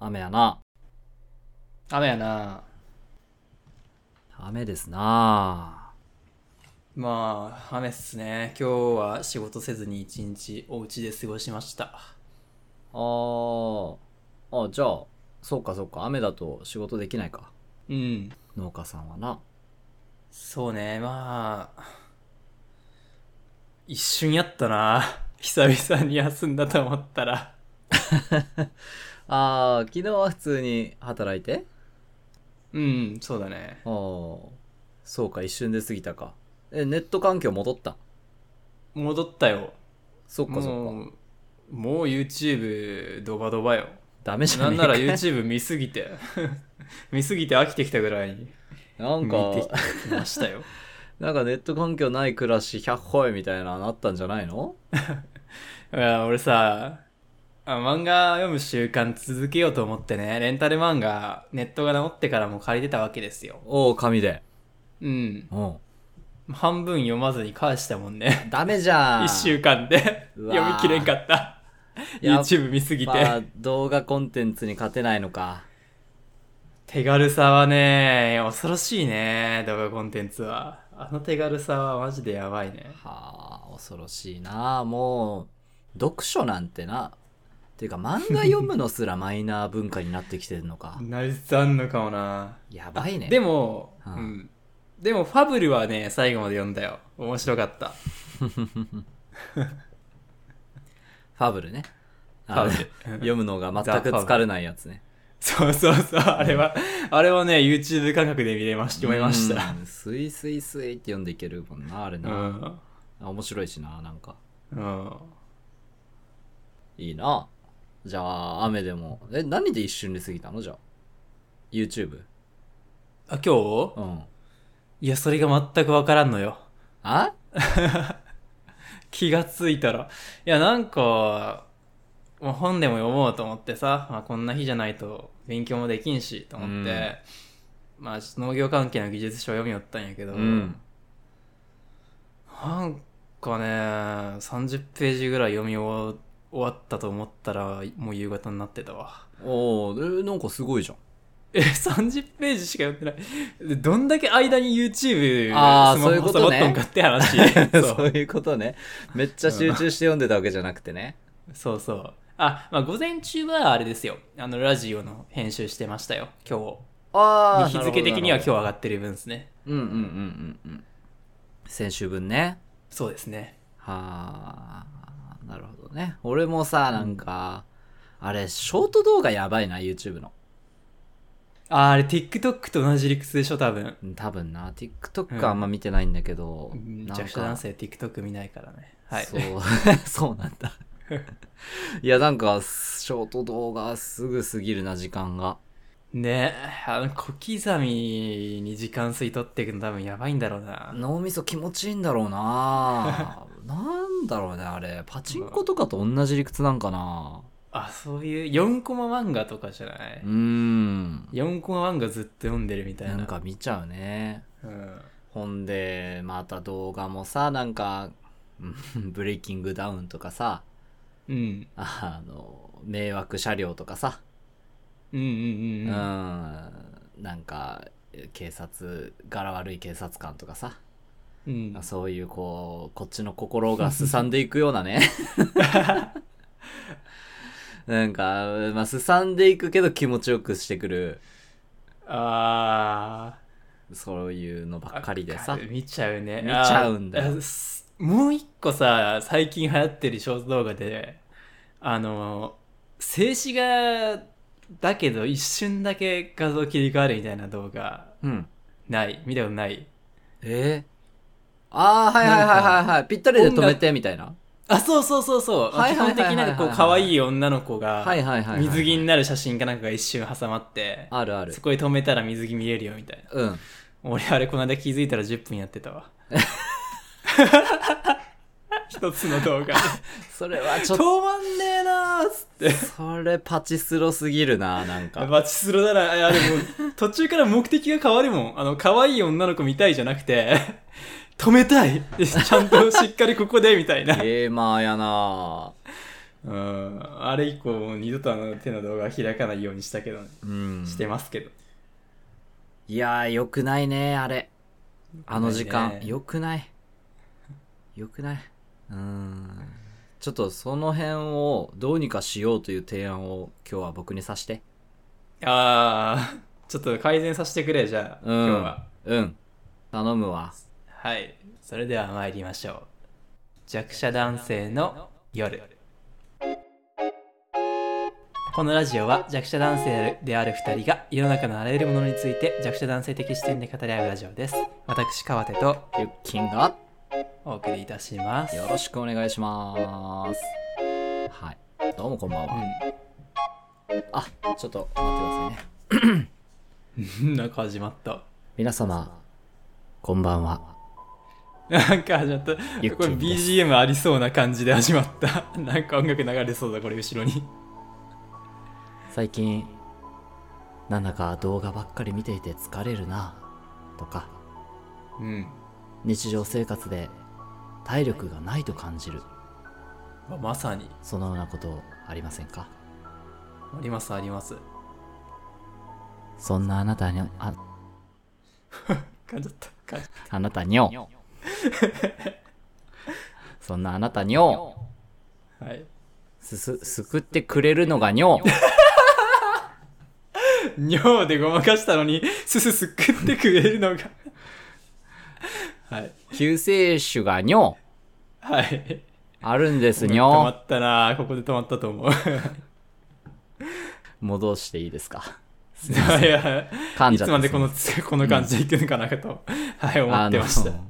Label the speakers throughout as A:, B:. A: 雨やな。
B: 雨やな
A: 雨ですな。
B: まあ雨っすね今日は仕事せずに一日お家で過ごしました
A: あー。あ、じゃあ、そうかそうか。雨だと仕事できないか。
B: うん
A: 農家さんはな。
B: そうねまあ一瞬やったな久々に休んだと思ったら
A: あー、昨日は普通に働いて
B: うんそうだね
A: あー。そうか、一瞬で過ぎたか。え、ネット環境戻った。
B: 戻ったよ
A: そっかそっか。
B: もうもう YouTube ドバドバよ
A: ダメじゃ
B: なん
A: ねえ
B: な
A: か。
B: ら YouTube 見すぎ て見すぎて飽きてきたぐらいに
A: なん
B: 見
A: か、
B: てきましたよ
A: なんかネット環境ない暮らし100ほいみたいななったんじゃないの
B: いや俺さあ漫画読む習慣続けようと思ってねレンタル漫画ネットが直ってからも借りてたわけですよ
A: おう、紙で。
B: うん
A: うん。
B: 半分読まずに返したもんね
A: ダメじゃん。
B: 1週間で
A: うわ
B: 読みきれんかった
A: やっ
B: YouTube 見すぎて、
A: まあ、動画コンテンツに勝てないのか。
B: 手軽さはね恐ろしいね動画コンテンツはあの手軽さはマジでやばいね。
A: はあ、恐ろしいな。もう、読書なんてな。っていうか、漫画読むのすらマ イナー文化になってきてるのか
B: なりつつあんのかもな
A: やばいね。
B: でも、
A: うん
B: うん、でもファブルはね最後まで読んだよ面白かった
A: ファブルね。
B: ファ
A: あの 読むのが全く疲れないや つね。
B: そうそうそう、あれは、あれはね、YouTube 感覚で見れまし、読めました。
A: うん。スイスイスイって読んでいけるもんな、あれ
B: う
A: な。
B: ん。
A: あ面白いしな、なんか。
B: うん。
A: いいな。じゃあ、雨でも。え、何で一瞬で過ぎたのじゃあ。YouTube?
B: あ、今日
A: うん。
B: いや、それが全くわからんのよ。
A: あ
B: 気がついたら。いや、なんか、まあ、本でも読もうと思ってさ、まあ、こんな日じゃないと勉強もできんし、と思って、まあ、ちょっと農業関係の技術書を読みよったんやけど、
A: うん。
B: なんかね、30ページぐらい読み終わ終わったと思ったら、もう夕方になってたわ。
A: おお、えなんかすごいじゃん。
B: え、30ページしか読んでない。でどんだけ間に YouTube
A: あー
B: スマホ
A: そういうことね
B: 挟まっんかって話。 そ
A: そう
B: う
A: いうことね。めっちゃ集中して読んでたわけじゃなくてね。
B: そうそう。あ、まあ午前中はあれですよ。あの、ラジオの編集してましたよ。今
A: あ
B: 日。日付的には今日上がってる分ですね。
A: うんうんうんうんうん。先週分ね。
B: そうですね。
A: はあ、なるほどね。俺もさ、なんか、あれ、ショート動画やばいな、YouTube の。
B: あー、あれ TikTok と同じ理屈でしょ、多分。
A: 多分な、TikTok はあんま見てないんだけど。なんか
B: 弱者男性 TikTok 見ないからね。はい。
A: そう、 そうなん だ。いや、なんか、ショート動画すぐ過ぎるな、時間が。
B: ねあの、小刻みに時間吸い取っていくの多分やばいんだろうな。
A: 脳みそ気持ちいいんだろうななんだろうねあれパチンコとかと同じ理屈なんかな
B: あ、そういう4コマ漫画とかじゃないう
A: ーん
B: 4コマ漫画ずっと読んでるみたいな
A: なんか見ちゃうね
B: うん、
A: ほんでまた動画もさなんかうんブレイキングダウンとかさ
B: うん、
A: あの迷惑車両とかさ
B: うんうん
A: う
B: う
A: ん
B: んうん
A: なんか警察柄悪い警察官とかさ
B: うん
A: そういうこうこっちの心がすさんでいくようなね なんか、まあ、すさんでいくけど気持ちよくしてくる
B: あ
A: そういうのば
B: ー
A: っかりでさ
B: わかる見ちゃうね
A: 見ちゃうんだよ
B: あーあすもう一個さ最近流行ってるショート動画であの静止画だけど一瞬だけ画像切り替わるみたいな動画
A: うん
B: ない見たことない
A: えー、ああはいはいはいはいはいぴったりで止めてみたいな
B: あそうそうそうそ
A: は
B: う基
A: いはいはい
B: 本
A: はい
B: 的
A: はい
B: なこう可愛い女の
A: は
B: 子
A: い
B: が
A: はいはいはい
B: 水着になる写真かなんかが一瞬挟まって
A: あるある
B: そこで止めたら水着見れるよみたいな
A: うん
B: 俺あれこの間気づいたら10分やってたわ一つの動画で
A: それはちょっ
B: 止
A: と
B: まんねえなーっつって
A: それパチスロすぎるななんか
B: バチスロだなあれもう途中から目的が変わるもんあの可愛い女の子見たいじゃなくて止めたいちゃんとしっかりここでみたいな
A: ゲーマーやな
B: うん、あれ以降もう二度とあの手の動画は開かないようにしたけどね、
A: うん
B: してますけど
A: いやーよくないねあれあの時間、
B: ないね
A: よくないよくないうーんちょっとその辺をどうにかしようという提案を今日は僕にさして
B: ああちょっと改善させてくれじゃあ、
A: うん
B: 今日は
A: うん頼むわ
B: はいそれでは参りましょう弱者男性の夜このラジオは弱者男性である2人が世の中のあらゆるものについて弱者男性的視点で語り合うラジオです私川手と
A: ゆっきんが
B: お送りいたします
A: よろしくお願いしますはいどうもこんばんは、あちょっと待ってくださいね
B: うんなんか始まった
A: 皆様こんばんは
B: なんか始まった。こ
A: ゆ
B: れ
A: っきんです
B: BGM ありそうな感じで始まった。なんか音楽流れそうだ、これ後ろに。
A: 最近なんだか動画ばっかり見ていて疲れるなとか
B: うん。
A: 日常生活で体力がないと感じる
B: ままさに。
A: そのようなことありませんか
B: あります、あります。
A: そんなあなたにあ
B: 感じった。感じ
A: あなたに ょそんなあなたにょ
B: はい。
A: すす救ってくれるのがにょ
B: 尿でごまかしたのに、すすすくってくれるのが。はい。
A: 救世主がにょ
B: はい。
A: あるんですに
B: 止ま
A: ょ
B: ったなここで止まったと思う。
A: 戻していいですか
B: い やいや、
A: 噛ん
B: い
A: じゃ
B: つ
A: って
B: までこの、この感じでいくのかなかと、はい、思ってました。
A: あの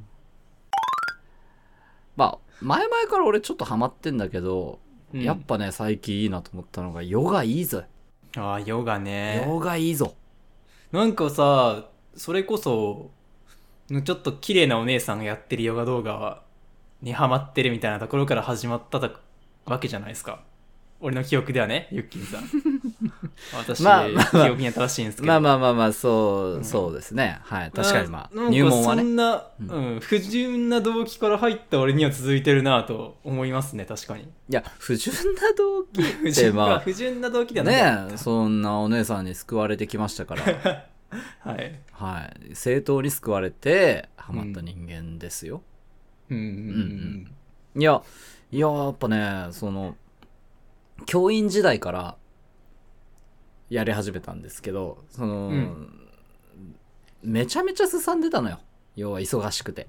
A: まあ前々から俺ちょっとハマってんだけど、
B: うん
A: やっぱね最近いいなと思ったのがヨガいいぞ、
B: ああ、ヨガね。
A: ヨガいいぞ
B: なんかさ、それこそ、ちょっと綺麗なお姉さんがやってるヨガ動画にハマってるみたいなところから始まったわけじゃないですか。俺の記憶ではね、ゆっきんさん。 私、
A: まあまあまあ
B: 記憶には正しいんですけど。
A: まあまあまあまあそう、そうですねはい確かにま
B: な
A: あ入門は
B: なんかそ
A: ね
B: んな、うん、不純な動機から入った俺には続いてるなぁと思いますね、確か に。
A: いや不純な動機
B: 不
A: って
B: 純,、
A: ま
B: 不純な動機で
A: あ
B: はなかっ
A: ねえそんなお姉さんに救われてきましたから
B: た。はい。
A: はい正当に救われてハマった人間ですよ、
B: うんうん
A: うんうんいやいややっぱねその教員時代からやり始めたんですけどその、
B: うん
A: めちゃめちゃすさんでたのよ要は忙しくて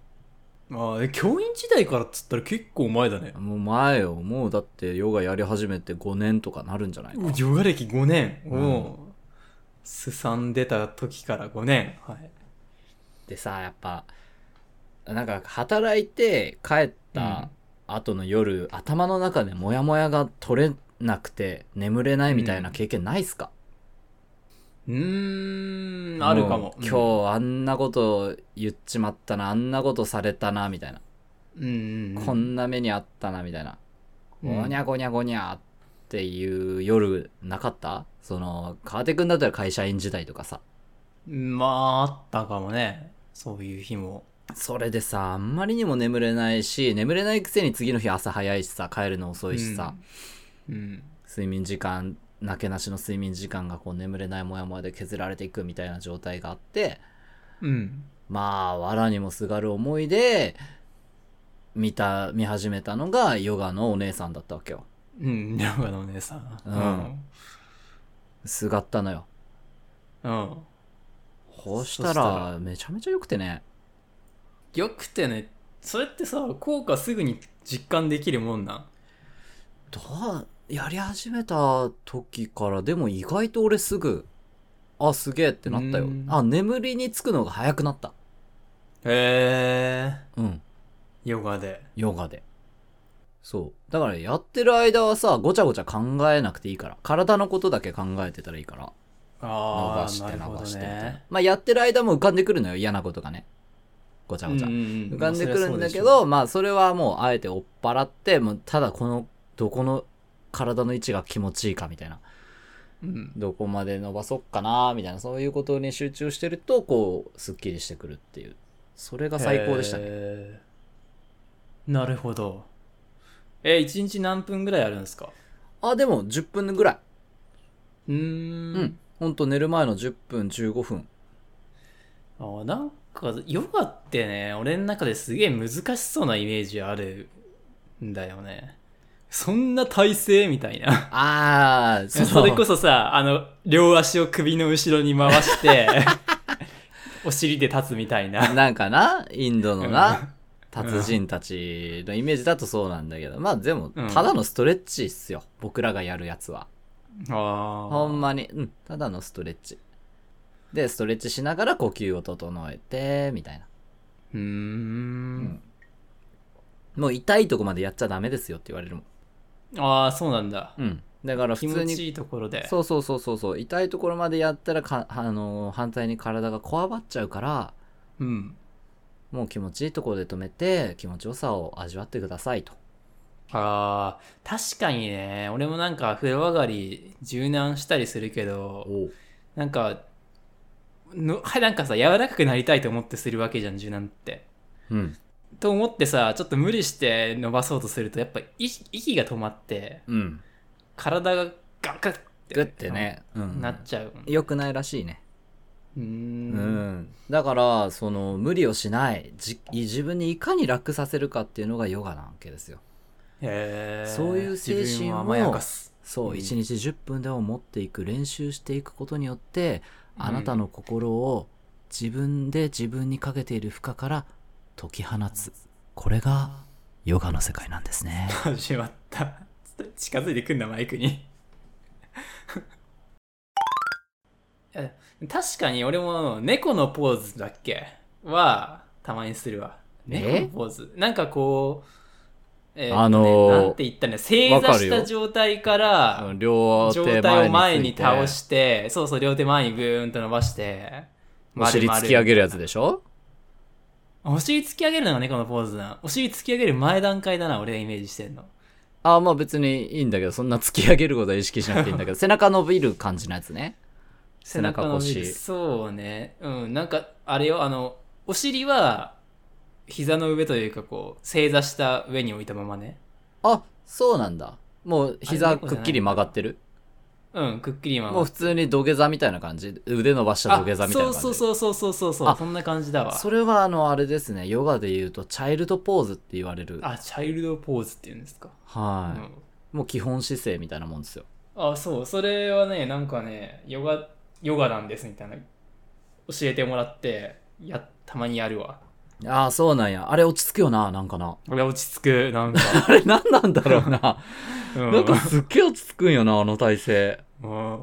B: うん。ああ、で教員時代からっつったら結構前だね。
A: もう前をもうだってヨガやり始めて5年とかなるんじゃないかな
B: ヨガ歴5年
A: うん
B: を、すさんでた時から5年。はい。
A: でさやっぱなんか働いて帰った後の夜、頭の中でモヤモヤが取れなくて眠れないみたいな経験ないっすか、
B: うーん、あるかも。
A: う今日あんなこと言っちまったなあんなことされたなみたいな、
B: 日、うん、
A: こんな目にあったなみたいな、
B: うん
A: ごにゃごにゃごにゃっていう夜なかったその川手君だったら会社員時代とかさ
B: まあ、あったかもね。そういう日も。
A: それでさあんまりにも眠れないし眠れないくせに次の日朝早いしさ帰るの遅いしさ、
B: うん。
A: 睡眠時間なけなしの睡眠時間がこう眠れないモヤモヤで削られていくみたいな状態があって
B: うん。
A: まあ藁にもすがる思いで見た見始めたのがヨガのお姉さんだったわけよ
B: うん、ヨガのお姉さん。
A: うんすがったのよ
B: うん。うん。
A: こうした
B: そした
A: らめちゃめちゃ良くてね
B: よくてね、それってさ、効果すぐに実感できるもんなん。
A: どうやり始めた時からでも意外と俺すぐあすげえってなったよ
B: うん
A: あ眠りにつくのが早くなった
B: へえ。
A: うん
B: ヨガで。
A: ヨガで。そう。だからやってる間はさ、ごちゃごちゃ考えなくていいから。体のことだけ考えてたらいいから。伸
B: あ
A: ば
B: あ、
A: し
B: な
A: て
B: るほ
A: 伸
B: ど
A: ばしてみたいな。
B: ね。
A: まあやってる間も浮かんでくるのよ、嫌なことがね。ごちゃごちゃ。浮
B: 浮
A: かんでくるんだけど、まあそれはもうあえて追っ払って、もうただこの、どこの体の位置が気持ちいいかみたいな。
B: うん、
A: どこまで伸ばそっかなみたいな、そういうことに集中してると、こう、スッキリしてくるっていう。それが最高でしたね。
B: へーなるほどえ一日何分ぐらいあるんですか
A: あ、でも10分ぐらい。
B: うーん
A: うん。ほんと寝る前の10分、15分。
B: あなんかヨガってね俺の中ですげえ難しそうなイメージあるんだよねそんな体勢みたいな
A: ああ、
B: それこ
A: そ
B: そさあの両足を首の後ろに回して お尻で立つみたいな
A: なんかな、インドの
B: うん
A: な、達人たちのイメージだとそうなんだけど、まあでも、
B: うん
A: ただのストレッチっすよ。僕らがやるやつは。
B: あ
A: ほんまに、うん、ただのストレッチ。で、ストレッチしながら呼吸を整えて、みたいな。
B: うーん
A: もう痛いとこまでやっちゃダメですよって言われるもん。
B: ああそうなんだ
A: うん。だから
B: 気
A: 普通
B: 持
A: に
B: ちいいところで
A: そうそうそうそうそう痛いところまでやったらか、あのー反対に体がこわばっちゃうから
B: うん
A: もう気持ちいいところで止めて気持ちよさを味わってくださいと
B: あー確かにね俺もなんか風呂上がり柔軟したりするけど
A: お
B: なんか、の はいなんかさ、柔らかくなりたいと思ってするわけじゃん、柔軟って。
A: うん
B: と思ってさ、ちょっと無理して伸ばそうとすると、やっぱ息息が止まって、
A: うん
B: 体がガクッ
A: グッてね、うん、
B: なっちゃう。
A: 良くないらしいね
B: うー
A: うん、
B: ん。
A: だからその無理をしないじ自分にいかに楽させるかっていうのがヨガなわけですよ
B: へー
A: そういう精神を
B: 自分甘やかす。
A: そう、
B: うん
A: 1日10分でも持っていく練習していくことによって
B: うん
A: あなたの心を自分で自分にかけている負荷から解き放つこれがヨガの世界なんです ね
B: 始まった。ちょっと近づいてくんな、マイクに。い や確かに俺も猫のポーズだっけはたまにするわ。
A: え
B: 猫のポーズ。なんかこう、えとね
A: あのー
B: なんて言ったね、正座
A: わかる
B: し
A: よ
B: た状態から、
A: 両
B: 状態を前に倒して、そうそう、両手前にブーンと伸ばして、
A: お尻突き上げるやつでしょ
B: お尻突き上げるのが猫のポーズだな。お尻突き上げる前段階だな、俺がイメージしてんの。
A: あまあ別にいいんだけどそんな突き上げることは意識しなくていいんだけ ど背中伸びる感じのやつね背中腰
B: 背伸びるそうねうんなんかあれよあのお尻は膝の上というかこう正座した上に置いたままね
A: あそうなんだもう膝くっきり曲がってる
B: うんくっきり今
A: もう普通に土下座みたいな感じ腕伸ばした土下座みたいな感じ
B: そうそうそうそうそうそう
A: あ
B: そんな感じだわ
A: それはあのあれですねヨガで言うとチャイルドポーズって言われる
B: あチャイルドポーズっていうんですか、
A: はい、
B: うん
A: もう基本姿勢みたいなもんですよ
B: あそうそれはねなんかねヨガヨガなんですみたいな教えてもらってやたまにやるわ
A: ああそうなんやあれ落ち着くよななんかな
B: 俺落ち着くなん か、
A: あれ何なんだろうな
B: うん、
A: なんかすっげえ落ち着くんよなあの体勢
B: うん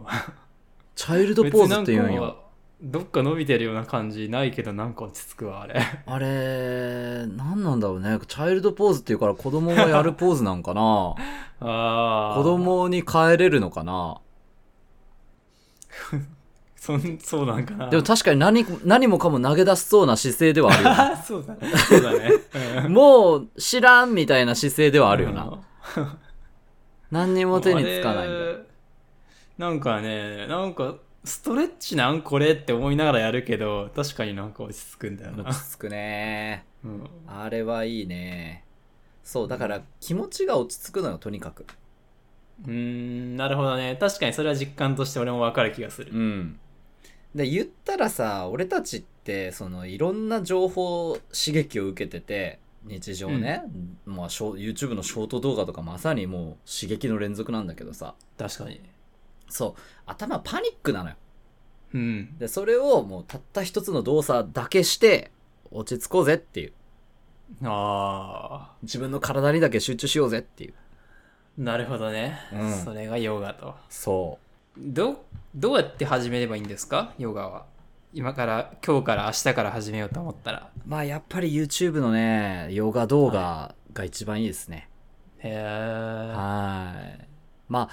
A: チャイルドポーズって言うん
B: 別にな
A: よ
B: んかどっか伸びてるような感じないけどなんか落ち着く わあれ
A: あれ何なんだろうねチャイルドポーズっていうから子供がやるポーズなんか な
B: あー
A: 子供に変えれるのかな
B: そんそうなんかな
A: でも確かに何何もかも投げ出しそうな姿勢ではあるよな
B: あーそうだね そうだね、 うん
A: もう知らんみたいな姿勢ではあるよな、
B: うん
A: 何にも手につかないんだ
B: あれなんかねなんかストレッチなんこれって思いながらやるけど確かになんか落ち着くんだよな、
A: 落ち着くね
B: うん、
A: あれはいいねそうだから気持ちが落ち着くのよとにかく
B: うーんなるほどね確かにそれは実感として俺も分かる気がする、
A: んで言ったらさ俺たちってそのいろんな情報刺激を受けてて日常ね、まあ、ショー YouTube のショート動画とかまさにもう刺激の連続なんだけどさ
B: 確かに
A: そう頭パニックなのよ
B: うん
A: でそれをもうたった一つの動作だけして落ち着こうぜっていう
B: あ
A: 自分の体にだけ集中しようぜっていう
B: ーなるほどね、
A: うん
B: それがヨガと
A: そう
B: どどうやって始めればいいんですかヨガは今から今日から明日から始めようと思ったら
A: まあやっぱり YouTube のね、ヨガ動画が一番いいですね。
B: へえ
A: はい。まあ、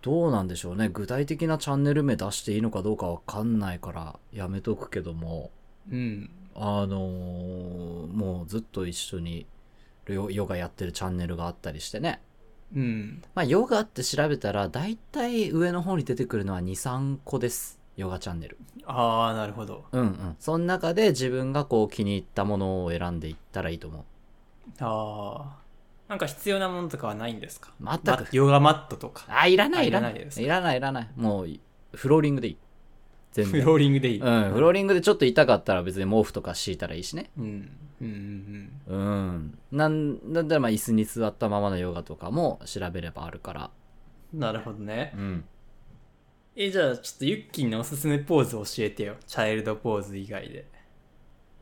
A: どうなんでしょうね。具体的なチャンネル名出していいのかどうかわかんないからやめとくけども、
B: うん
A: あのーもうずっと一緒にヨヨガやってるチャンネルがあったりしてね。
B: うん
A: まあヨガって調べたら大体上の方に出てくるのは2、3個です。ヨガチャンネル。
B: ああなるほど
A: うんうん。その中で自分がこう気に入ったものを選んでいったらいいと思う。
B: ああなんか必要なものとかはないんですか
A: 全
B: ま
A: く
B: ヨガマットとか。
A: あいらな
B: あ
A: い
B: い
A: い
B: ら
A: ら
B: な
A: ないい
B: です
A: いらないいらないもうフローリングでいい全
B: フ
A: 然
B: ローリングでいい。
A: うんフローリングでちょっと痛かったら別に毛布とか敷いたらいいしね
B: うん。うん。う
A: う
B: ん
A: んなんだったらまあ椅子に座ったままのヨガとかも調べればあるから
B: うん。なるほどね。
A: うん
B: え、じゃあ、ちょっとユッキーのおすすめポーズ教えてよ。チャイルドポーズ以外で。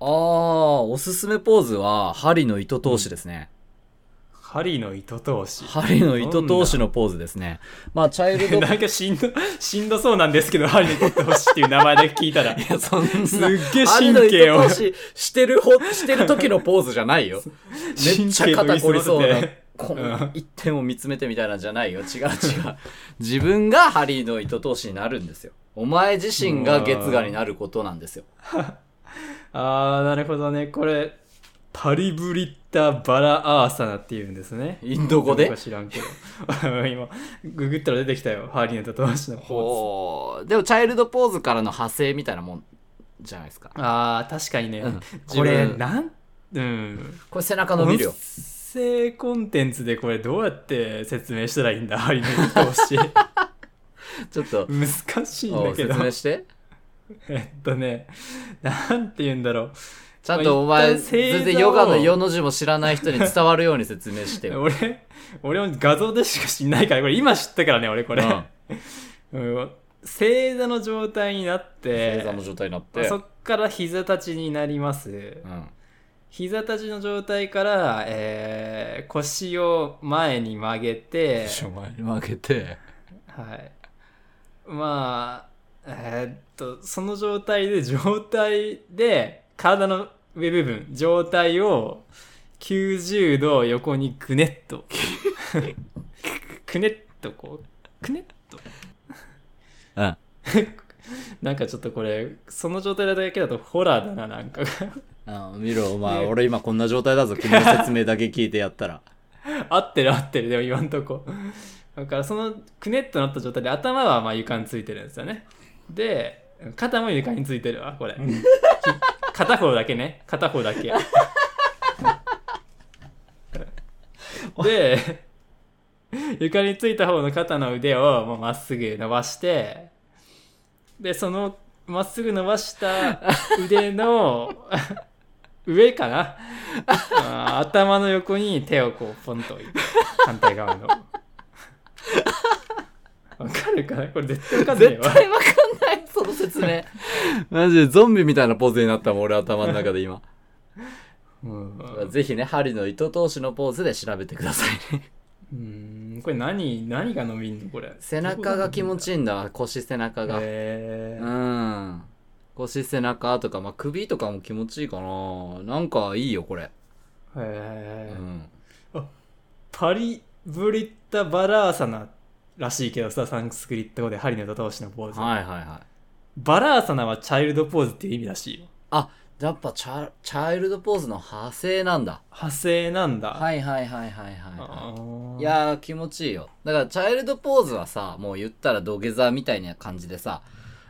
A: ああおすすめポーズは針の糸通しですね、
B: 針の糸通し。
A: 針の糸通しのポーズですね まあチャイルド
B: なんかしんど、しんどそうなんですけど、針の糸通しっていう名前だけ聞いたら。
A: いやそんな
B: すっげえ神経を
A: あの糸通ししてるほ、してる時のポーズじゃないよ。めっちゃ肩こりそうな
B: 神経を揺すらせて。
A: こ
B: うん
A: の一点を見つめてみたいなんじゃないよ。違う違う。自分が針の糸通しになるんですよ。お前自身が月牙になることなんですよ。
B: あー、なるほどね。これ、パリブリッタ・バラ・アーサナっていうんですね。
A: インド語で
B: か知らんけど。 今、ググったら出てきたよ。針の糸通しのポーズ。
A: ほう。でもチャイルドポーズからの派生みたいなもんじゃないですか。
B: あー、確かにね。
A: うん
B: これ、
A: 自分
B: なん、うん。
A: これ背中伸び るよ。
B: 音声コンテンツでこれどうやって説明したらいいんだ針の糸 通し。
A: ちょっと、
B: 難しいん
A: お
B: だ
A: う
B: け
A: 説
B: ど。
A: 明して。
B: えっとね、なんて言うんだろ
A: ちゃんとお前、
B: 一旦正座を
A: 全然ヨガの世の字も知らない人に伝わるように説明して
B: う。
A: よ。
B: 俺、俺も画像でしか知んないから、これ今知ったからね、俺 これ。
A: うん
B: うん正座の状態になって、
A: 正座の状態になっ
B: まあ
A: て
B: そ。っから膝立ちになります。
A: うん
B: 膝立ちの状態から、えー腰を前に曲げて、
A: 前に負けて。
B: はい。まあ、えーっと、その状態で、状態で、体の上部分、状態を90度横にくねっと。 くねっとこう、くねっと。
A: うん。
B: なんかちょっとこれ、その状態だけだとホラーだな、なんか。
A: あ見ろ、お前、
B: ね
A: 俺今こんな状態だぞ。君の説明だけ聞いてやったら。
B: 合ってる合ってる、でも言わんとこ。だからそのくねっとなった状態で頭はまあ床についてるんですよね。で、肩も床についてるわ、これ。ひ片方だけね、片方だけ。で、床についた方の肩の腕をもうまっすぐ伸ばして、で、そのまっすぐ伸ばした 腕の上かなあー頭の横に手をこうポンと置いて反対 側のわかるかなこれ絶対わかんない
A: 絶
B: わ
A: 対わかんない、その説明。 マジでゾンビみたいなポーズになったもん、俺頭の中で今。
B: うん
A: ぜひね、針の糸通しのポーズで調べてくださいね。
B: うんこれ何何が伸びんのこれ
A: 背中が気持ちいいんだわ、腰背中が。
B: へー
A: うん。腰背中とか、まあ、首とかも気持ちいいかな。なんかいいよ、これ。う
B: へー
A: ん。
B: パリブリッタ・バラーサナらしいけどさサンスクリット語で針の糸通しのポーズ、
A: はいはいはい。
B: バラーサナはチャイルドポーズっていう意味らしいよ
A: あ、やっぱチャチャイルドポーズの派生なんだ。
B: 派生なんだ、
A: はいはいはいはいはい
B: あ
A: は
B: ー
A: い。いやー気持ちいいよ。だからチャイルドポーズはさ、もう言ったら土下座みたいな感じでさ、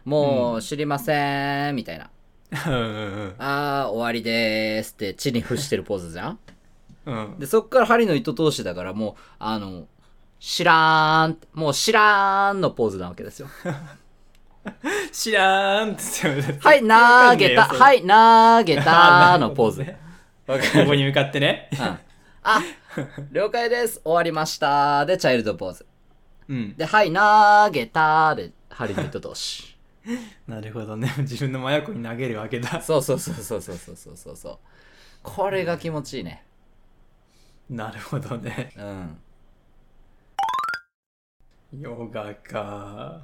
A: もう知りませんみたいな。
B: うんうん
A: あー終わりでーすって地に伏してるポーズじゃん
B: うんうん
A: で、そっから針の糸通しだからもう、あの、知らーんって、もう知らーんのポーズなわけ ですよ。
B: 知らーんって言って、
A: はい、投げた、はいい、投げたーの ポーズ。
B: あなるほどねここに向かってね。
A: うんあ、了解です。終わりました。で、チャイルドポーズ。
B: うん。
A: で、はい、投げたーで、針の糸通し。
B: なるほどね。自分の真横に投げるわけだ。
A: そうそうそうそうそうそうそうそうそう。これが気持ちいいね。
B: なるほどね。
A: うん。
B: ヨガか。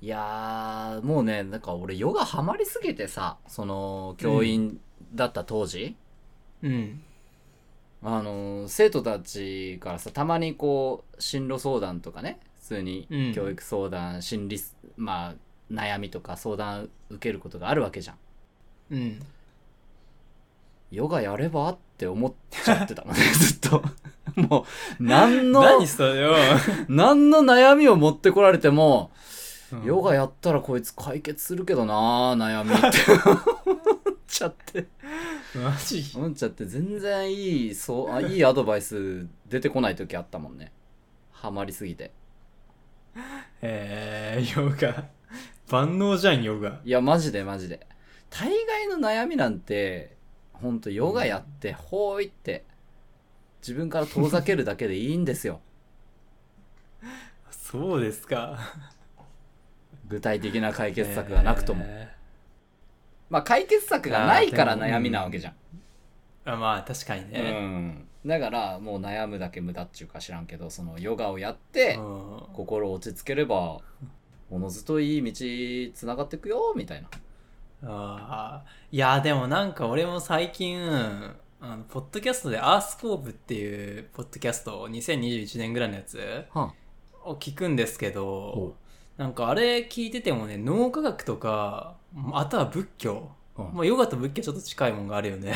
A: いやー、もうね、なんか俺ヨガハマりすぎてさ、その、教員だった当時、
B: うん。
A: あの、生徒たちからさ、たまにこう、進路相談とかね、普通に
B: うん
A: 教育相談、心理、まあ、悩みとか相談受けることがあるわけじゃん。
B: うん。
A: ヨガやればって思っちゃってた もんね、ずっと。もう、何の、
B: 何そ れよ。
A: 何の悩みを持ってこられても、
B: うん
A: ヨガやったらこいつ解決するけどな悩みって。茶って
B: マジ
A: おんちゃんって全然いいそうあいいアドバイス出てこない時あったもんねハマりすぎて
B: えー、ヨガ万能じゃんヨガ
A: いやマジでマジで大概の悩みなんてほんとヨガやってほーいって自分から遠ざけるだけでいいんですよ
B: そうですか
A: 具体的な解決策がなくとも、
B: え
A: まあ解決策がないから悩みなわけじゃん
B: ーあまあ確かに
A: う
B: ね、
A: ん、だからもう悩むだけ無駄っちゅうか知らんけどそのヨガをやって
B: うん
A: 心を落ち着ければおのずといい道つながってくよみたいな
B: ああいやでもなんか俺も最近あのポッドキャストで「アースコープ」っていうポッドキャスト2021年ぐらいのやつ
A: は
B: を聞くんですけ
A: あ
B: どなんかあれ聞いててもね脳科学とかあとは仏教、
A: うんうん
B: まあ、ヨガと仏教ちょっと近いもんがあるよね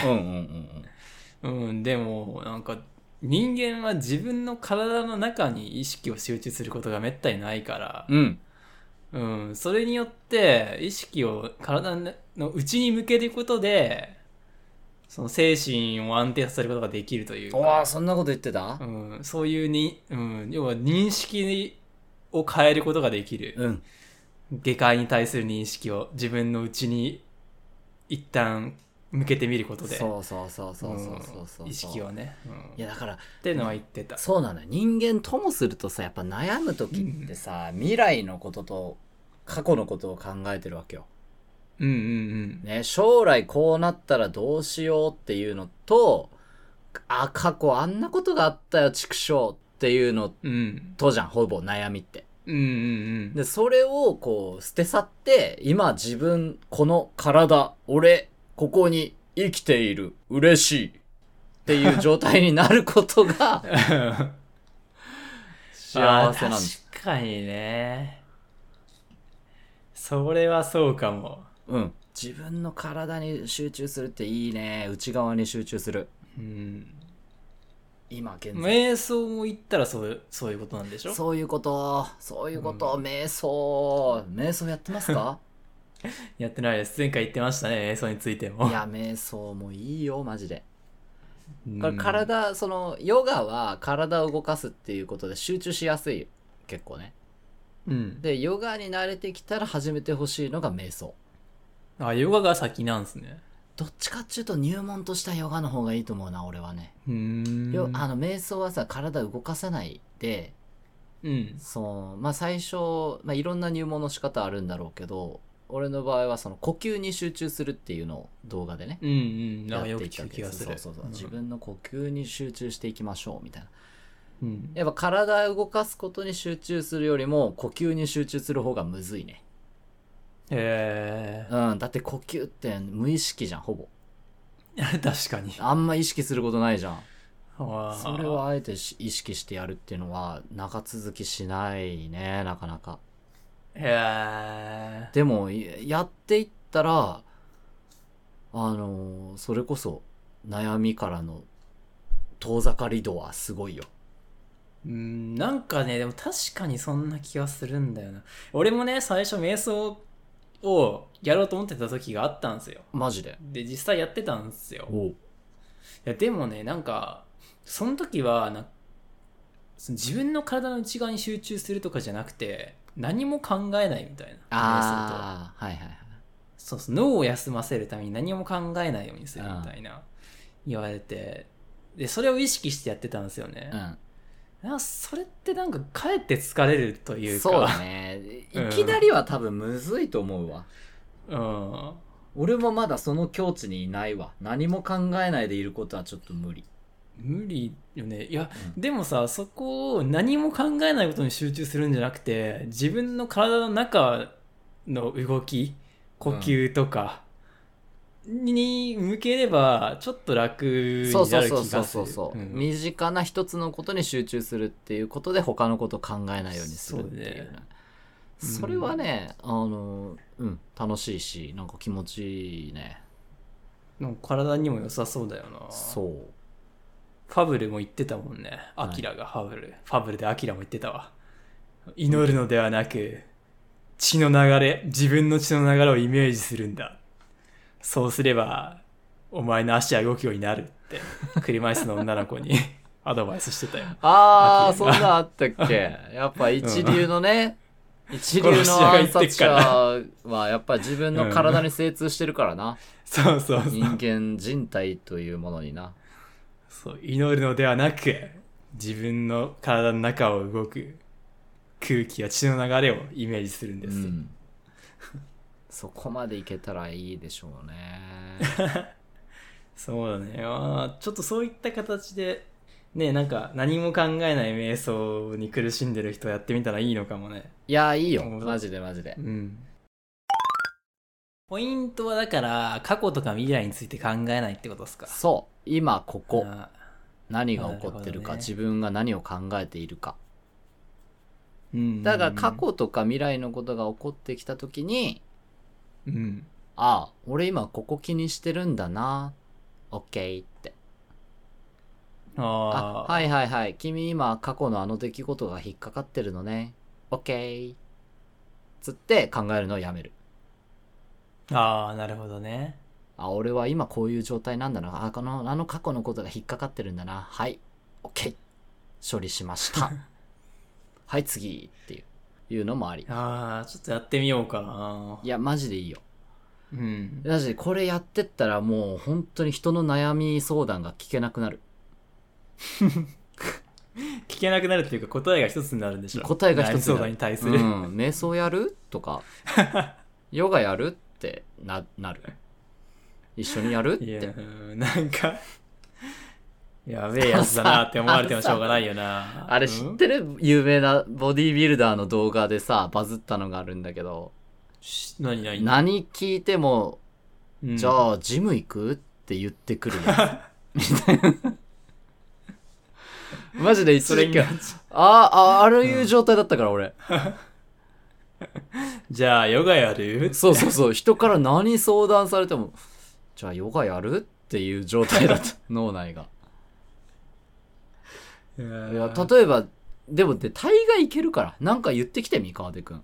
A: うんうん
B: うんでもなんか人間は自分の体の中に意識を集中することがめったにないから
A: うんうん
B: うん、それによって意識を体の内に向けることでその精神を安定させることができるという
A: うわ
B: か
A: あ、そんなこと言ってた
B: うん、そういうに、うん、要は認識を変えることができる
A: うん
B: 下界に対する認識を自分の内に一旦向けてみることで
A: そうそうそうそうそうそうそう
B: うん意識をね、うん
A: いやだから
B: ってのは言ってた
A: そうなのよ人間ともするとさやっぱ悩む時ってさ、未来のことと過去のことを考えてるわけよ
B: うんうんうん
A: ね、将来こうなったらどうしようっていうのと、あ、過去あんなことがあったよ、畜生っていうの
B: うん
A: とじゃん、ほぼ悩みって。
B: うんうんうん
A: で、それをこう捨て去って、今自分、この体、俺、ここに生きている、嬉しいっていう状態になることが 幸せなんです。
B: あー確かにねそれはそうかも
A: うん。自分の体に集中するっていいね。内側に集中する。
B: うん
A: 今現在。
B: 瞑想も言ったらそうそういうことなんでしょ
A: そういうこと、そういうこと、瞑想、瞑想やってます か
B: やってないです前回言ってましたね瞑想について
A: い
B: も
A: や、瞑想もいいよ、マジで。
B: うん
A: これ体、その、ヨガは体を動かすっていうことで集中しやすい、結構ね。
B: うん
A: で、ヨガに慣れてきたら始めてほしいのが瞑想。
B: あヨガが先なんですね
A: どっちかっていうと入門としたヨガの方がいいと思うな、俺はね。
B: うーん
A: よあの、瞑想はさ、体動かさないで、
B: うん
A: そう、まあ最初、まあいろんな入門の仕方あるんだろうけど、俺の場合はその呼吸に集中するっていうのを動画でね、
B: うんうんなんか
A: や
B: よ
A: っ
B: く
A: ていった
B: 聞
A: わ
B: く
A: け
B: 気
A: で
B: が
A: す
B: する
A: そうそうそう
B: うん
A: 自分の呼吸に集中していきましょうみたいな
B: うん
A: やっぱ体を動かすことに集中するよりも呼吸に集中する方がむずいね
B: へ
A: うんだって呼吸って無意識じゃんほぼ
B: え確かに
A: あんま意識することないじゃん
B: あー
A: それはあえてし意識してやるっていうのは長続きしないねなかなか
B: へえ
A: でもいやっていったらあのーそれこそ悩みからの遠ざかり度はすごいよ
B: うんなんかね、でも確かにそんな気がするんだよな。俺もね、最初瞑想をやろうと思ってた時があったんですよ。
A: マジで
B: で、実際やってたんですよ。い
A: おう
B: やでもね、なんか、その時はな、その自分の体の内側に集中するとかじゃなくて、何も考えないみたいな。
A: ああはいはいはい
B: そうそう、脳を休ませるために何も考えないようにするみたいな、言われて、で、それを意識してやってたんですよね。なんかそれってなんか、かえって疲れるというか。
A: そうだねい
B: うん
A: きなりは多分むずいと思うわ、
B: うん。
A: 俺もまだその境地にいないわ何も考えないでいることはちょっと無理
B: 無理よね。いや、
A: う
B: でもさ、そこを何も考えないことに集中するんじゃなくて、自分の体の中の動き、呼吸とか、に向ければ、ちょっと楽に
A: そうそ
B: な
A: う
B: る気
A: そ
B: が
A: う
B: す
A: そ
B: る。
A: うそうそう、
B: ん
A: 身近な一つのことに集中するっていうことで他のことを考えないようにするっていうね
B: そうね
A: それはね、あのうん楽しいしなんか気持ちいいね
B: なんか体にも良さそうだよな。
A: そう
B: ファブルも言ってたもんね。アキラがファブル。ファブルでアキラも言ってたわ。祈るのではなく、血の流れ、自分の血の流れをイメージするんだ。そうすれば、お前の足は動くようになるって、車椅子の女の子に アドバイスしてたよ。
A: ああ、
B: 秋
A: そ
B: が
A: んなんあったっけ。 やっぱ一流のね、一流
B: 殺し屋
A: の
B: が言
A: 暗
B: ってっ
A: 殺
B: か
A: 者
B: ら
A: はやっぱ自分の体に精通してるからな。
B: そうそうそう。
A: 人間人体というものにな。
B: そう祈るのではなく、自分の体の中を動く空気や血の流れをイメージするんで
A: う
B: すよ。
A: ん。そこまでいけたらいいでしょうね。
B: そうだね。まあちょっとそういった形で、ね、なんか何も考えない瞑想に苦しんでる人やってみたらいいのかもね。
A: いやー、いいよ。
B: 面白い
A: マジでマジで
B: う。ん。ポイントはだから、過去とか未来について考えないってことですか。
A: そう。今、ここ。
B: あ
A: 何が起こってるか、
B: なるほどね
A: 自分が何を考えているか。
B: うん
A: だから、過、去とか未来のことが起こってきた時に、
B: うん。
A: ああ、俺今ここ気にしてるんだな。オッケーって。あ
B: ああ、
A: はいはいはい。君今過去のあの出来事が引っかかってるのね。オッケー。つって考えるのをやめる。
B: ああ、なるほどね。
A: あ、俺は今こういう状態なんだな。あ、この、あの過去のことが引っかかってるんだな。はい。オッケー。処理しま した。はい、次っていう、いうのもあり。
B: ああ、ちょっとやってみようかな。
A: いや、マジでいいよ。
B: うん。
A: マジでこれやってったらもう本当に人の悩み相談が聞けなくなる。
B: 聞けなくなるっていうか答えが一つになるんでしょ
A: 答えが一つに
B: 悩み相
A: な
B: 談
A: る
B: に対す
A: う
B: る、
A: ん、瞑想やると かヨガやるってななる一緒にやるっ
B: いや
A: て
B: うんなんかやべえやつだなって思われてもしょうがないよ な
A: あれ知ってる、有名なボディービルダーの動画でさバズったのがあるんだけど
B: し何何、
A: 何聞いても
B: う
A: 「
B: ん
A: じゃあジム行く?」って言って くるやつみたいなマジで一
B: それ
A: 時
B: に
A: 期はあああれいう状態だったから俺、
B: じゃあヨガやる
A: そうそうそう人から何相談されても「じゃあヨガやる?」っていう状態だった 脳内が
B: いや
A: いや例えばでもで大概いけるからなんか言ってきてみ川出くん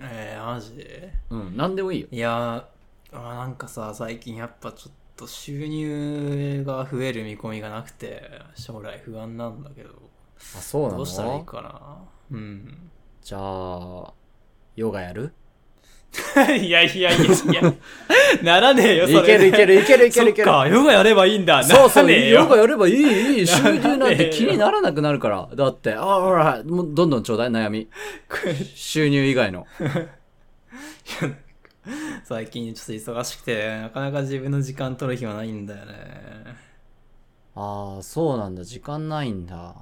B: えー、マジで
A: うん何でもいいよ
B: いやーあなんかさ最近やっぱちょっと収入が増える見込みがなくて将来不安なんだけど
A: あそう
B: どうしたらいいかなうん
A: じゃあヨガやる
B: いやいやいやい や、ならねえよ、それ。
A: るいける
B: いそっか、ヨガやればいいんだ。
A: そうそ
B: な
A: う
B: らねえよ
A: ヨガやればいいいい収入なんて気
B: ならねえよ
A: にならなくなるからだってあほらもうどんどんちょうだい悩み
B: これ
A: 収入以外の
B: 最近ちょっと忙しくて、なかなか自分の時間取る暇ないんだよね。
A: ああそうなんだ時間ないんだ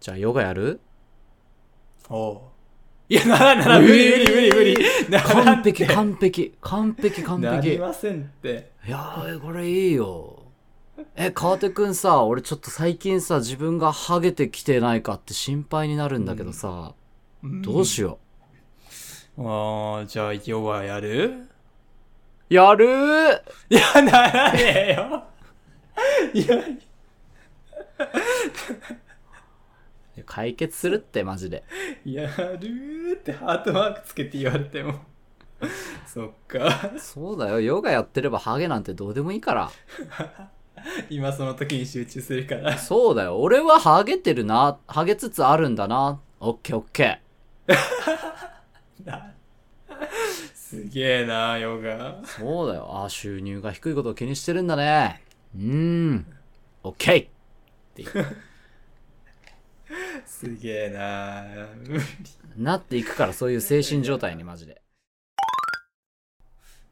A: じゃあヨガやる
B: おういや、ならなら、無理無理無理無理。ならん
A: 完璧完璧完璧完
B: な
A: 璧
B: りませんって。
A: いやーこれいいよえ川手くんさ俺ちょっと最近さ自分がハゲてきてないかって心配になるんだけどさ、どうしよ
B: うんあーじゃあ、ヨガやる
A: うやるー
B: いや、ならねえよ。いや、
A: 解決するってマジで
B: やるーってハートマークつけて言われても。そっか。
A: そうだよヨガやってればハゲなんてどうでもいいから
B: 今その時に集中するから。
A: そうだよ俺はハゲてるなハゲつつあるんだなオッケーオッケー
B: なすげえな、ヨガ。
A: そうだよあー収入が低いことを気にしてるんだねうーんオッケー
B: すげえな。無理
A: なっていくからそういう精神状態にマジで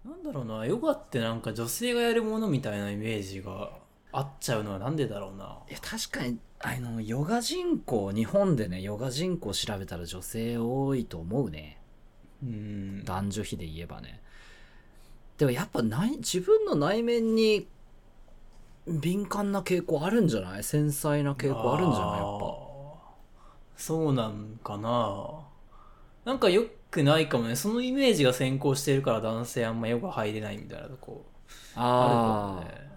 B: なんだろうな、ヨガってなんか女性がやるものみたいなイメージがあっちゃうのはなんでだろうな。
A: いや確かにあのヨガ人口日本でねヨガ人口調べたら女性多いと思うね
B: うん。
A: 男女比で言えばねでもやっぱ内自分の内面に敏感な傾向あるんじゃない繊細な傾向あるんじゃないやっぱ
B: そうなんかな。なんかよくないかもね。そのイメージが先行してるから男性あんまヨガ入れないみたいなとこあ
A: あ
B: る
A: ー
B: かもね。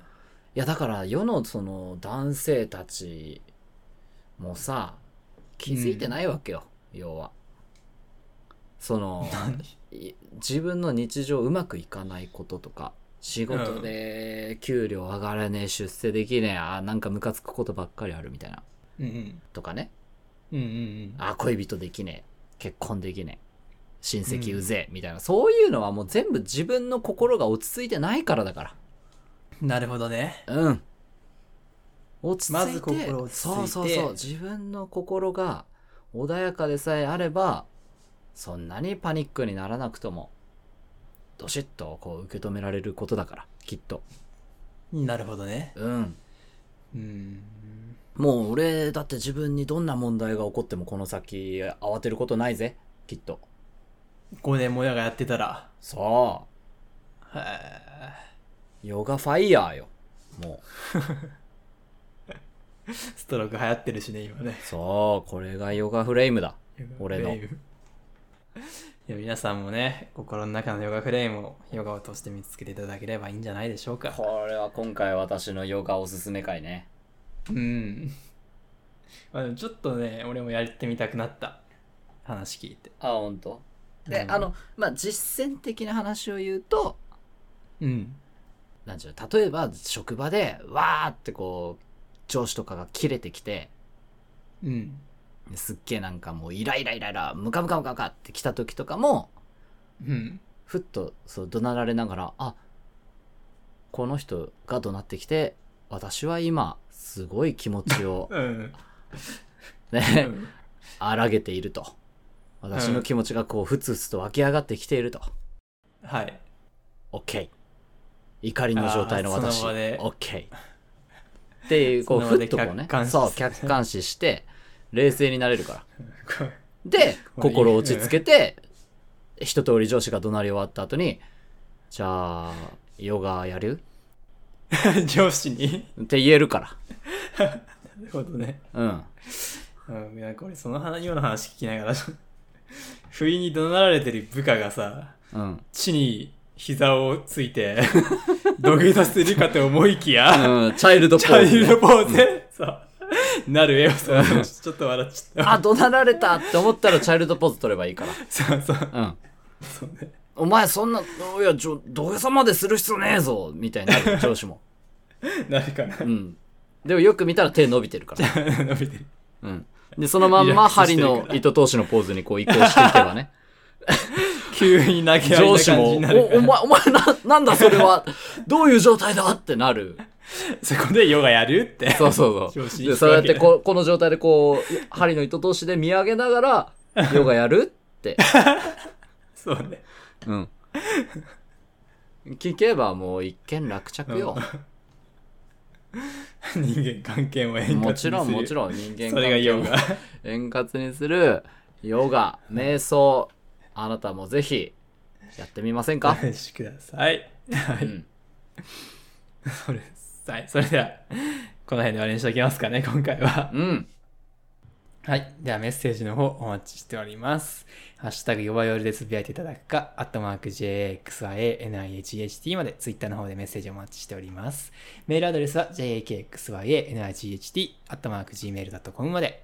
A: いやだから世のその男性たちもさ気づいてないわけよ、要はそのい自分の日常うまくいかないこととか仕事で給料上がらねえ出世できねえあなんかムカつくことばっかりあるみたいな
B: うんうん
A: とかね
B: うんうん
A: あ恋人できねえ結婚できねえ親戚うぜえ、みたいなそういうのはもう全部自分の心が落ち着いてないからだか
B: うんなるほどね
A: らうん落ち着いて,、
B: まず心落ち着いて
A: そうそうそう自分の心が穏やかでさえあればそんなにパニックにならなくともどしっとこう受け止められることだからきっと
B: なるほどね
A: うん
B: うん
A: もう俺だって自分にどんな問題が起こってもこの先慌てることないぜきっと
B: 5年もやがやってたら
A: そう
B: は
A: ヨガファイヤーよ。も
B: いストローク流行ってるしね今ね
A: う。そう、これがヨガフレームだ。俺の
B: ヨガ フレームいや皆さんもね心の中のヨガフレームをヨガを通して見つけていただければいいんじゃないでしょうか
A: これは今回私のヨガおすすめ会ね。
B: うん まあでもちょっとね俺もやってみたくなった話聞いて
A: あ、ほんとで、
B: うん
A: あの、まあ、実践的な話を言うと、
B: うん
A: なんちゅうの例えば職場で、わーってこう、上司とかが切れてきて、
B: うん
A: すっげえなんかもうイライライライラ、ムカムカムカムカって来た時とかも、
B: うん
A: ふっとそう怒鳴られながら、あ、この人が怒鳴ってきて、私は今、すごい気持ちを、
B: うん
A: ね、荒げていると私の気持ちがこうふつふつと湧き上がってきていると、
B: はい
A: OK 怒りの状態の私
B: あーその場で
A: OK っていうこうふ
B: その場
A: っ
B: で
A: とこうね
B: 客観視
A: そう
B: する
A: 客観視して冷静になれるからで心を落ち着けて一通り上司が怒鳴り終わった後にじゃあヨガやる
B: 上司に
A: って言えるか
B: なるほどね
A: らうん
B: うん、いやこれその話今の話聞きながら 不意に怒鳴られてる部下がさ
A: うん、
B: 地に膝をついて土下座するかと思いきや、
A: うん、チャイルドポ
B: チャ
A: ーズね、
B: イルドポーズで、そうなる絵をそうちょっと笑っちゃった
A: あ怒鳴られたって思ったらチャイルドポーズ取ればいいか
B: そうそう
A: らうん
B: そうね
A: お前そんな、いや、ちょ、土下座までする必要ねえぞ、みたいにな る、上司も。
B: なるかな
A: うん。でもよく見たら手伸びてるから。
B: 伸びてる
A: うん。で、そのまんま針の糸通しのポーズにこう移行していけばね。
B: 急に投げ合い
A: 上
B: な
A: 司
B: 感
A: も、
B: じになる
A: お、
B: か
A: お
B: ら
A: 前、お前な、なんだそれ は、どういう状態だってなる。
B: そこでヨガやるって
A: そうそうそう。
B: 上司
A: で、そうやってこ、この状態でこう、針の糸通しで見上げながら、ヨガやる って。
B: そうね
A: うん。聞けばもう一見落着よ。
B: 人間関係も変化
A: もちろんもちろん人間
B: それがヨガ
A: 円滑にするヨガ瞑想あなたもぜひやってみません
B: お
A: か、
B: 試しください。は
A: う
B: い、
A: ん、
B: それ、はい、それでは、この辺で終わりにしておきますかね、今回は。
A: うん、
B: はい、ではメッセージの方お待ちしております。ハッシュタグ弱よりでつぶやいていただくか、アットマーク JXYANIHHT まで、ツイッターの方でメッセージお待ちしております。メールアドレスは JKXYANIHHT、アットマーク Gmail.com まで。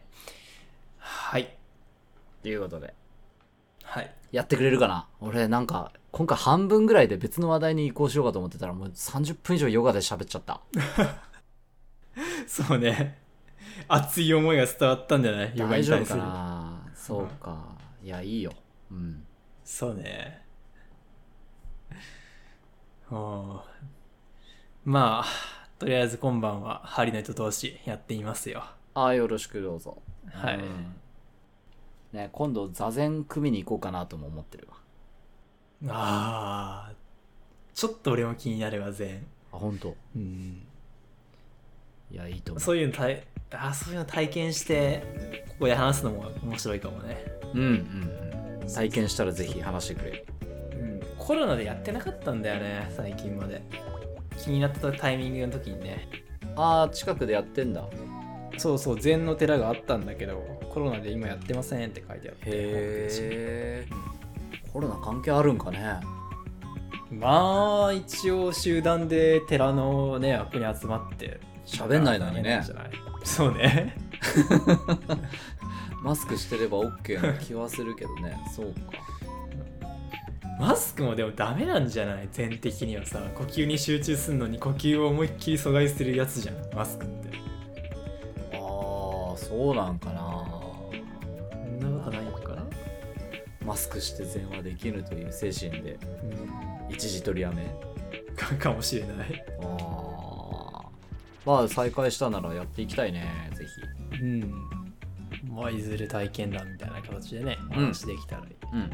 B: はい、
A: ということで
B: はい。
A: やってくれるかな俺なんか今回半分ぐらいで別の話題に移行しようかと思ってたらもう30分以上ヨガで喋っちゃった
B: そうね。 熱い思いが伝わったんじゃないヨガ
A: 大
B: に
A: 丈夫
B: 対す
A: か
B: る。
A: なそうか、いやいいようん
B: そうね。 おーまあ、とりあえず今晩は針の糸通しやっていますよ。
A: ああよろしくどうぞ
B: はい
A: うんね今度座禅組みに行こうかなとも思ってるわ
B: ああ、ちょっと俺も気になるわ、全。
A: あ本当
B: うん。
A: いやいいと思う
B: そういうの体、あーそういうの体験して、ここで話すのも面白いかもね。
A: うんうんうん体験したらぜひ話してくれ
B: うん。コロナでやってなかったんだよね、最近まで。気になったタイミングの時にね。
A: ああ近くでやってんだ
B: そうそう、禅の寺があったんだけど、コロナで今やってませんって書いてあって。
A: へえコロナ関係あるんかね
B: まあ一応集団で寺のね枠に集まって
A: 喋んないのにね
B: じゃない そうね
A: マスクしてれば OK な気はするけどね そうか
B: マスクもでもダメなんじゃない全的にはさ呼吸に集中するのに呼吸を思いっきり阻害するやつじゃんマスクって
A: ああそうなんかな
B: そんなことないのかな、
A: マスクして全話できぬという精神で
B: う
A: 一時取りやめ
B: ん、 かかもしれない
A: あーまあ再開したならやっていきたいねぜひ
B: うんまあいずれ体験談みたいな形でね
A: うん
B: お話できたらいい、
A: うん
B: うん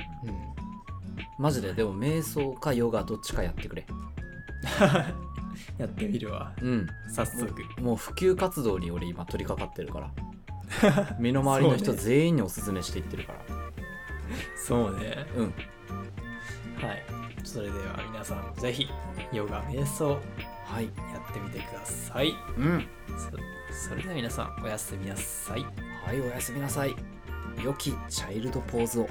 A: マジででも瞑想かヨガどっちかやってくれ
B: やってみるわ
A: うん
B: 早速
A: もう普及活動に俺今取り掛かってるから 身の回りの人
B: そうね
A: 全員におすすめしていってるから
B: そうね
A: う,、ん
B: はいそれでは皆さんぜひヨガ瞑想
A: はい
B: やってみてください
A: うん
B: そそれでは皆さんおやすみなさい
A: はいおやすみなさい良きチャイルドポーズを